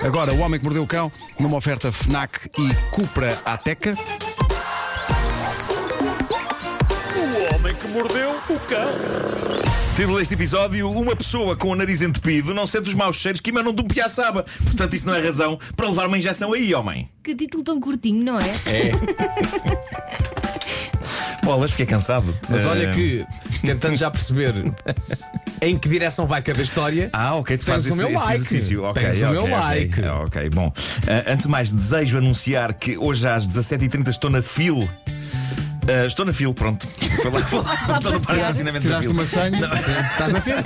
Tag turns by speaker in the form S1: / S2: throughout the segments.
S1: Agora, O Homem que Mordeu o Cão, numa oferta FNAC e Cupra Ateca.
S2: O homem que mordeu o cão.
S3: Título deste episódio: Uma pessoa com o nariz entupido não sente os maus cheiros que emanam de um piaçaba. Portanto, isso não é razão para levar uma injeção aí, homem.
S4: Que título tão curtinho, não é?
S3: É. Bolas, fiquei cansado.
S5: Mas olha
S3: Eh,
S5: que, tentando já perceber em que direção vai cada história,
S3: Ah, ok, tu fazes
S5: Tens
S3: esse,
S5: o meu
S3: esse
S5: like.
S3: exercício. Ok,
S5: Tens o
S3: ok,
S5: meu
S3: ok.
S5: like.
S3: Ah, ok, bom. Ah, antes de mais, desejo anunciar que hoje às 17h30 estou na fila. Ah, estou na fila, pronto. Foi lá, foi lá, estou no parque de estacionamento da
S5: tiraste
S3: fila.
S5: uma senha, sim, estás na fila.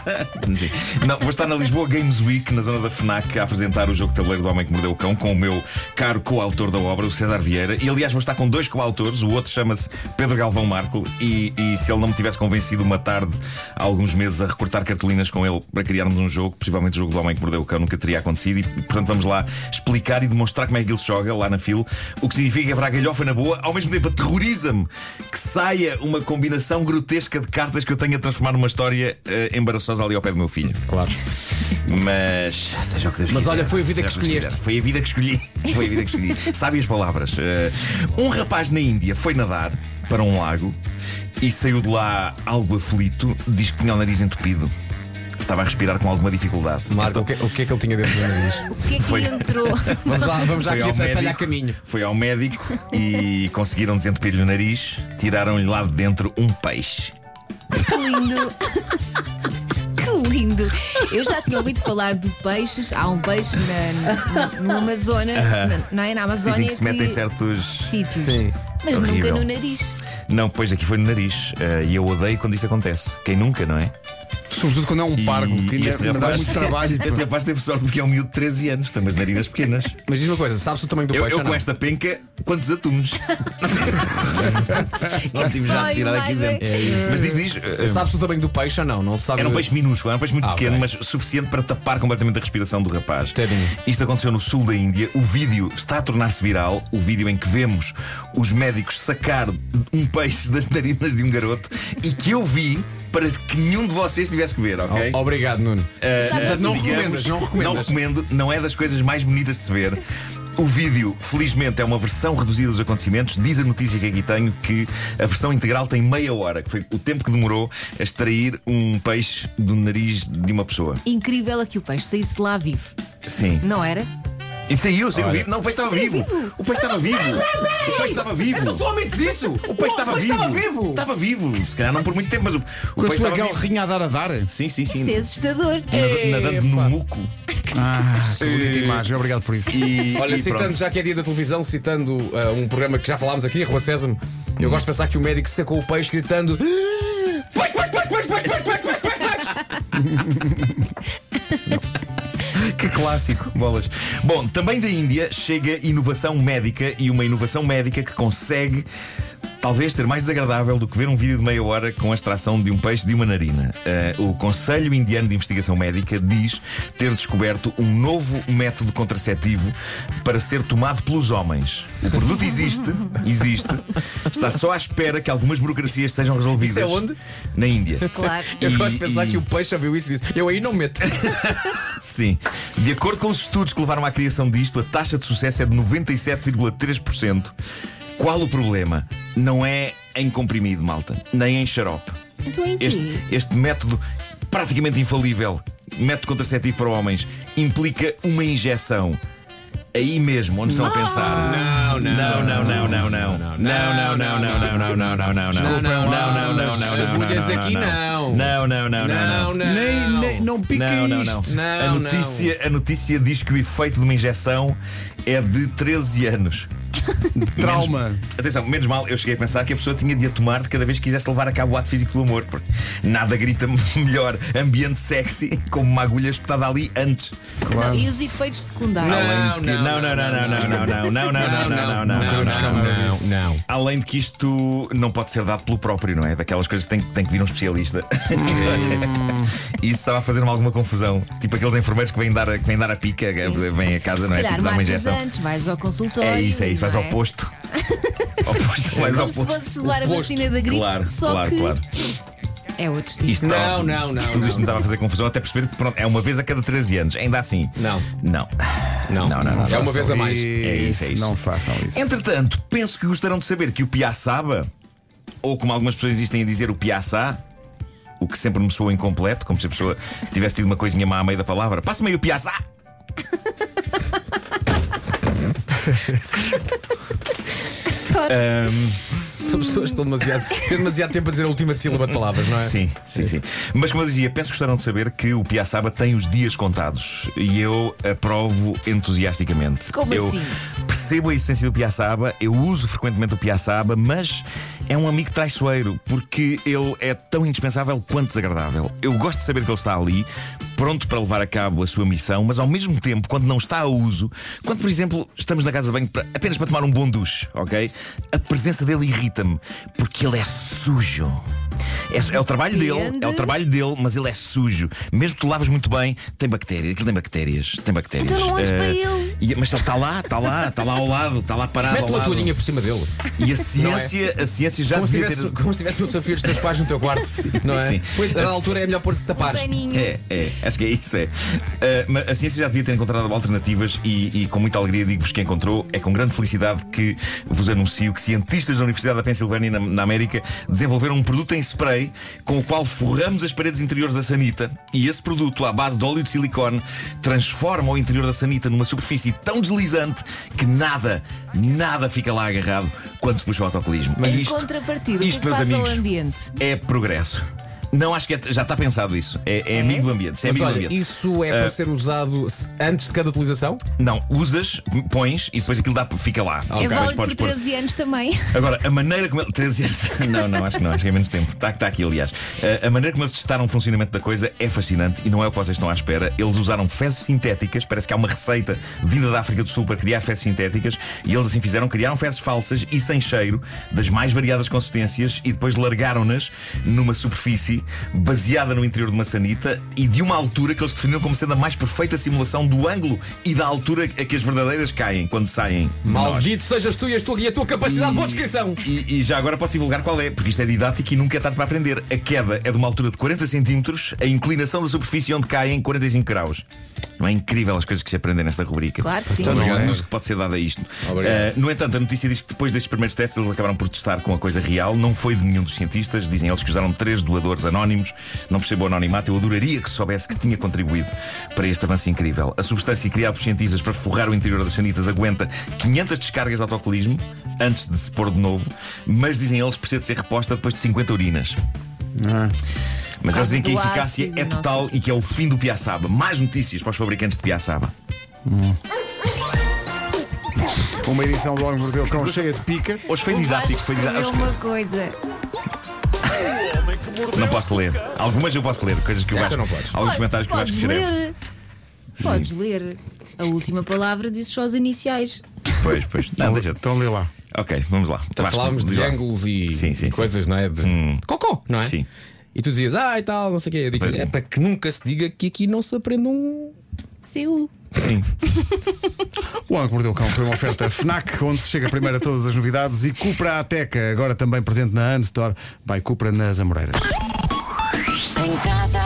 S3: Sim. Não, vou estar na Lisboa Games Week, na zona da FNAC, a apresentar o jogo de tabuleiro do Homem que Mordeu o Cão com o meu caro co-autor da obra, o César Vieira. E aliás, vou estar com dois co-autores, o outro chama-se Pedro Galvão Marco. E, e se ele não me tivesse convencido uma tarde, há alguns meses, a recortar cartolinas com ele para criarmos um jogo, possivelmente o jogo do Homem que Mordeu o Cão, nunca teria acontecido. E portanto, vamos lá explicar e demonstrar como é que ele joga lá na fila, o que significa que haverá galhofa na boa. Ao mesmo tempo, aterroriza-me que saia uma combinação grotesca de cartas que eu tenha a transformar numa história eh, embaraçosa ali ao pé do meu filho.
S5: Claro.
S3: Mas seja o que Deus
S5: Mas
S3: quiser,
S5: olha, foi a vida
S3: seja
S5: que
S3: o Deus
S5: escolheste.
S3: quiser. Foi a vida que escolhi. Foi a vida que escolhi. Sabe as palavras. Eh, um rapaz na Índia foi nadar para um lago e saiu de lá algo aflito. Diz que tinha o nariz entupido. Estava a respirar com alguma dificuldade.
S5: Marco, o que, o que é que ele tinha dentro do nariz?
S4: O que é que
S3: Foi.
S4: entrou?
S5: Vamos lá, vamos já
S3: Foi ao,
S5: aqui atalhar
S3: médico,
S5: caminho.
S3: foi ao médico e conseguiram desentupir-lhe o nariz, tiraram-lhe lá de dentro um peixe.
S4: Que lindo! Que lindo! Eu já tinha ouvido falar de peixes. Há um peixe na, no, no Amazonas, na- não é? Na Amazónia.
S3: Dizem que se metem certos.
S4: sítios.
S5: Sim.
S4: Mas
S3: Horrível.
S4: nunca no nariz.
S3: Não, pois aqui foi no nariz. eh, e eu odeio quando isso acontece. Quem nunca, não é?
S1: Sobretudo quando é um pargo, que ainda ainda dá muito trabalho.
S3: Este rapaz teve sorte porque é um miúdo de 13 anos, tem umas narinas pequenas.
S5: Mas diz uma coisa, sabes o tamanho do
S3: Eu,
S5: peixe
S3: eu
S5: ou
S3: com
S5: não?
S3: esta penca, quantos atuns? Não tive já de
S4: Só
S3: tirar aqui
S4: imagem.
S3: dentro.
S4: É
S3: Mas diz, diz. eh,
S5: Sabes o tamanho do peixe ou não? Não sabes.
S3: Era um peixe minúsculo, era um peixe muito
S5: Ah,
S3: pequeno,
S5: ok.
S3: mas suficiente para tapar completamente a respiração do rapaz.
S5: Tadinho.
S3: Isto aconteceu no sul da Índia. O vídeo está a tornar-se viral. O vídeo em que vemos os médicos sacar um peixe das narinas de um garoto e que eu vi para que nenhum de vocês tivesse que ver, ok?
S5: O- Oh, Obrigado, Nuno.
S3: Uh,
S5: Portanto, não
S3: digamos,
S5: recomendas, não recomendas.
S3: Não recomendo, não é das coisas mais bonitas de se ver. O vídeo, felizmente, é uma versão reduzida dos acontecimentos. Diz a notícia que aqui tenho que a versão integral tem meia hora, que foi o tempo que demorou a extrair um peixe do nariz de uma pessoa.
S4: Incrível é que o peixe saísse de lá vivo,
S3: Sim.
S4: não era?
S3: E saiu, saiu vivo. Não, o peixe estava vivo. O peixe estava vivo. O peixe estava vivo.
S5: Então tu homens isso!
S3: um- O peixe estava vivo. Estava vivo. Se calhar não por muito tempo, mas o, o
S1: Com a
S3: peixe
S1: sua
S3: estava vivo.
S1: galrinha a dar a dar.
S3: Sim, sim, sim.
S4: Isso é assustador.
S3: Nad- Nadando no muco.
S1: Ah, que bonita imagem, obrigado por isso.
S3: E,
S5: Olha,
S3: e
S5: citando,
S3: pronto.
S5: já que é dia da televisão, citando ah, um programa que já falámos aqui, Rua Sésamo, eu gosto de pensar que o médico sacou o peixe gritando. "Ah, Pois, pois, pois, pois, pois, pois, pois, pois, pois, pois."
S3: Que clássico, bolas. Bom, também da Índia chega inovação médica e uma inovação médica que consegue talvez ser mais desagradável do que ver um vídeo de meia hora com a extração de um peixe de uma narina. Eh, o Conselho Indiano de Investigação Médica diz ter descoberto um novo método contraceptivo para ser tomado pelos homens. O produto existe, existe, está só à espera que algumas burocracias sejam resolvidas.
S5: Isso é onde?
S3: Na Índia.
S4: Claro.
S5: Eu
S3: E-
S5: gosto de pensar
S3: e-
S5: que o peixe viu isso e disse: Eu aí não meto.
S3: Sim. De acordo com os estudos que levaram à criação disto, a taxa de sucesso é de 97,3%. Qual o problema? Não é em comprimido, malta, nem em xarope.
S4: Estou em quê?
S3: Este, este método praticamente infalível, método contraceptivo para homens, implica uma injeção. Aí mesmo, onde estão a pensar. Não, não, não, não, não, não. Não, não, não, não, não, não, não, não, não. Não, não, não, não, não, não, não.
S5: Hambúrgueres aqui, não.
S3: Não, não, não, não, não.
S1: Nem, nem- não pica
S3: Não, não, não.
S1: isto.
S5: Não,
S3: a,
S5: não.
S3: notícia, a notícia diz que o efeito de uma injeção é de 13 anos.
S1: Trauma.
S3: Menos- atenção, menos mal, eu cheguei a pensar que a pessoa tinha de a tomar de cada vez que quisesse levar a cabo o ato físico do amor, porque nada grita melhor ambiente sexy como uma agulha espetada ali antes.
S4: Não, e os efeitos secundários?
S3: Além de que-
S5: não,
S3: não, não, não, não, não, não, não, não, não, não, não, não, não.
S5: não, não.
S3: Além de que isto não pode ser dado pelo próprio, não é? Daquelas coisas que tem, tem que vir um especialista. E isso estava a fazer-me alguma confusão. Tipo aqueles enfermeiros que vêm dar, a- que vêm dar a pica, que vêm a casa, não
S4: Se
S3: é?
S4: calhar
S3: Tipo dar uma
S4: marcas
S3: injeção.
S4: antes, vais ao consultório.
S3: É isso, é isso. Vais
S4: não
S3: ao posto. Ao posto, vais ao
S4: Como se
S3: posto.
S4: fosses levar a
S5: Oposto.
S4: vacina da gripe.
S3: Claro,
S4: só
S3: claro,
S4: que
S3: claro.
S4: É outro dia.
S3: Isto
S5: Não,
S3: estava-
S5: não, não,
S3: Tudo isto
S5: não.
S3: me estava a fazer confusão até perceber que pronto, é uma vez a cada 13 anos. Ainda assim.
S5: Não.
S3: Não.
S5: Não.
S3: Não, não, não.
S5: É uma vez a mais.
S3: É isso, é isso.
S1: Não façam isso.
S3: Entretanto, penso que gostarão de saber que o piaçaba, ou como algumas pessoas existem a dizer, o piaçá, o que sempre me soa incompleto, como se a pessoa tivesse tido uma coisinha má a meio da palavra. Passa-me aí o piaçá!
S5: As pessoas estão demasiado. têm demasiado tempo a dizer a última sílaba de palavras, não é?
S3: Sim, sim, sim. Mas como eu dizia, penso que gostaram de saber que o Piaçaba tem os dias contados e eu aprovo entusiasticamente.
S4: Como
S3: eu
S4: assim?
S3: Percebo a essência do Piaçaba, eu uso frequentemente o Piaçaba, mas é um amigo traiçoeiro porque ele é tão indispensável quanto desagradável. Eu gosto de saber que ele está ali, pronto para levar a cabo a sua missão, mas ao mesmo tempo, quando não está a uso, quando, por exemplo, estamos na casa de banho para- apenas para tomar um bom duche, ok? A presença dele irrita-me porque ele é sujo. É, é o trabalho dele,
S4: Depende.
S3: é o trabalho dele, mas ele é sujo. Mesmo que tu laves muito bem, tem bactérias, aquilo tem bactérias, tem bactérias.
S4: Então não olhes
S3: Eh,
S4: para ele.
S3: e- mas ele está lá, está lá, está lá ao lado, está lá parado.
S5: Mete
S3: ao
S5: uma
S3: lado.
S5: toalhinha por cima dele.
S3: E a ciência, a ciência já
S5: Como se,
S3: devia
S5: tivesse,
S3: ter.
S5: como se tivesse um desafio dos teus pais no teu quarto, não é?
S3: sim.
S5: Pois, Na altura é melhor pôr-se tapar.
S4: Paninho.
S3: É, é, acho que é isso, é. Ah, mas a ciência já devia ter encontrado alternativas e, e com muita alegria digo-vos que encontrou. É com grande felicidade que vos anuncio que cientistas da Universidade da Pensilvânia, na, na América, desenvolveram um produto em spray com o qual forramos as paredes interiores da sanita e esse produto, à base de óleo de silicone, transforma o interior da sanita numa superfície tão deslizante que nada, nada fica lá agarrado quando se puxa o autocolismo.
S4: Em
S3: isto-
S4: contrapartida, o
S3: isto,
S4: que
S3: meus
S4: faz
S3: amigos,
S4: ao ambiente?
S3: é progresso. Não, acho que é- já está pensado isso. É, é amigo do ambiente. se é
S5: Mas
S3: amigo do
S5: olha,
S3: ambiente.
S5: isso é
S3: Eh.
S5: para ser usado se- antes de cada utilização?
S3: Não, usas, pões e depois aquilo dá, fica lá.
S4: É
S3: Depois
S4: válido por 13 anos também.
S3: Agora, a maneira como. ele- 13 anos. Não, não, acho que não, acho que é menos tempo. Está tá aqui, aliás. Ah, a maneira como eles testaram o funcionamento da coisa é fascinante e não é o que vocês estão à espera. Eles usaram fezes sintéticas, parece que há uma receita vinda da África do Sul para criar fezes sintéticas e eles assim fizeram, criaram fezes falsas e sem cheiro, das mais variadas consistências e depois largaram-nas numa superfície baseada no interior de uma sanita e de uma altura que eles definiram como sendo a mais perfeita simulação do ângulo e da altura a que as verdadeiras caem quando saem. de nós.
S5: Maldito sejas tu e a tua, e a tua capacidade de boa descrição!
S3: E, e já agora posso divulgar qual é, porque isto é didático e nunca é tarde para aprender. A queda é de uma altura de 40 centímetros, a inclinação da superfície onde cai é em 45 graus. Não é incrível as coisas que se aprendem nesta rubrica?
S4: Claro que sim.
S3: Então, não há
S5: Obrigado.
S3: luz que pode ser dada a isto.
S5: Obrigado.
S3: Eh, no entanto, a notícia diz que depois destes primeiros testes eles acabaram por testar com a coisa real. Não foi de nenhum dos cientistas. Dizem eles que usaram três doadores anónimos. Não percebo o anonimato. Eu adoraria que soubesse que tinha contribuído para este avanço incrível. A substância criada pelos cientistas para forrar o interior das sanitas aguenta 500 descargas de autocolismo antes de se pôr de novo. Mas dizem eles que precisa de ser reposta depois de 50 urinas. Ah. Mas eles
S4: causa
S3: dizem que a
S4: do
S3: eficácia
S4: ácido,
S3: é
S4: não
S3: total e que é o fim do Piaçaba. Mais notícias para os fabricantes de Piaçaba.
S1: Uma edição do Homem que Mordeu o Cão cheia de pica.
S3: Hoje foi didático, foi
S4: É
S3: didático.
S4: uma coisa.
S3: Não posso ler. Algumas eu posso ler, coisas que eu
S5: Essa
S3: acho.
S5: não podes.
S3: Alguns comentários que eu acho
S4: Podes
S3: que escreve.
S4: ler. Podes ler. A última palavra disse só os iniciais.
S3: Pois, pois. Não,
S1: Então,
S3: deixa.
S1: então lê lá.
S3: Ok, vamos lá.
S5: Portanto,
S3: Basta,
S5: falávamos
S3: Tá, diz
S5: de
S3: lá.
S5: ângulos e,
S3: Sim, sim,
S5: e
S3: sim.
S5: coisas, não é? De cocó, não é?
S3: Sim.
S5: E tu dizias, ah, e tal, não sei o quê. Eu digo,
S3: Pois.
S5: é para que nunca se diga que aqui não se aprende um.
S4: Seu.
S3: Sim.
S1: O Homem que Mordeu o Cão foi uma oferta FNAC, onde se chega primeiro a todas as novidades, e Cupra Ateca, agora também presente na Unstore, by Cupra nas Amoreiras.
S6: Em casa,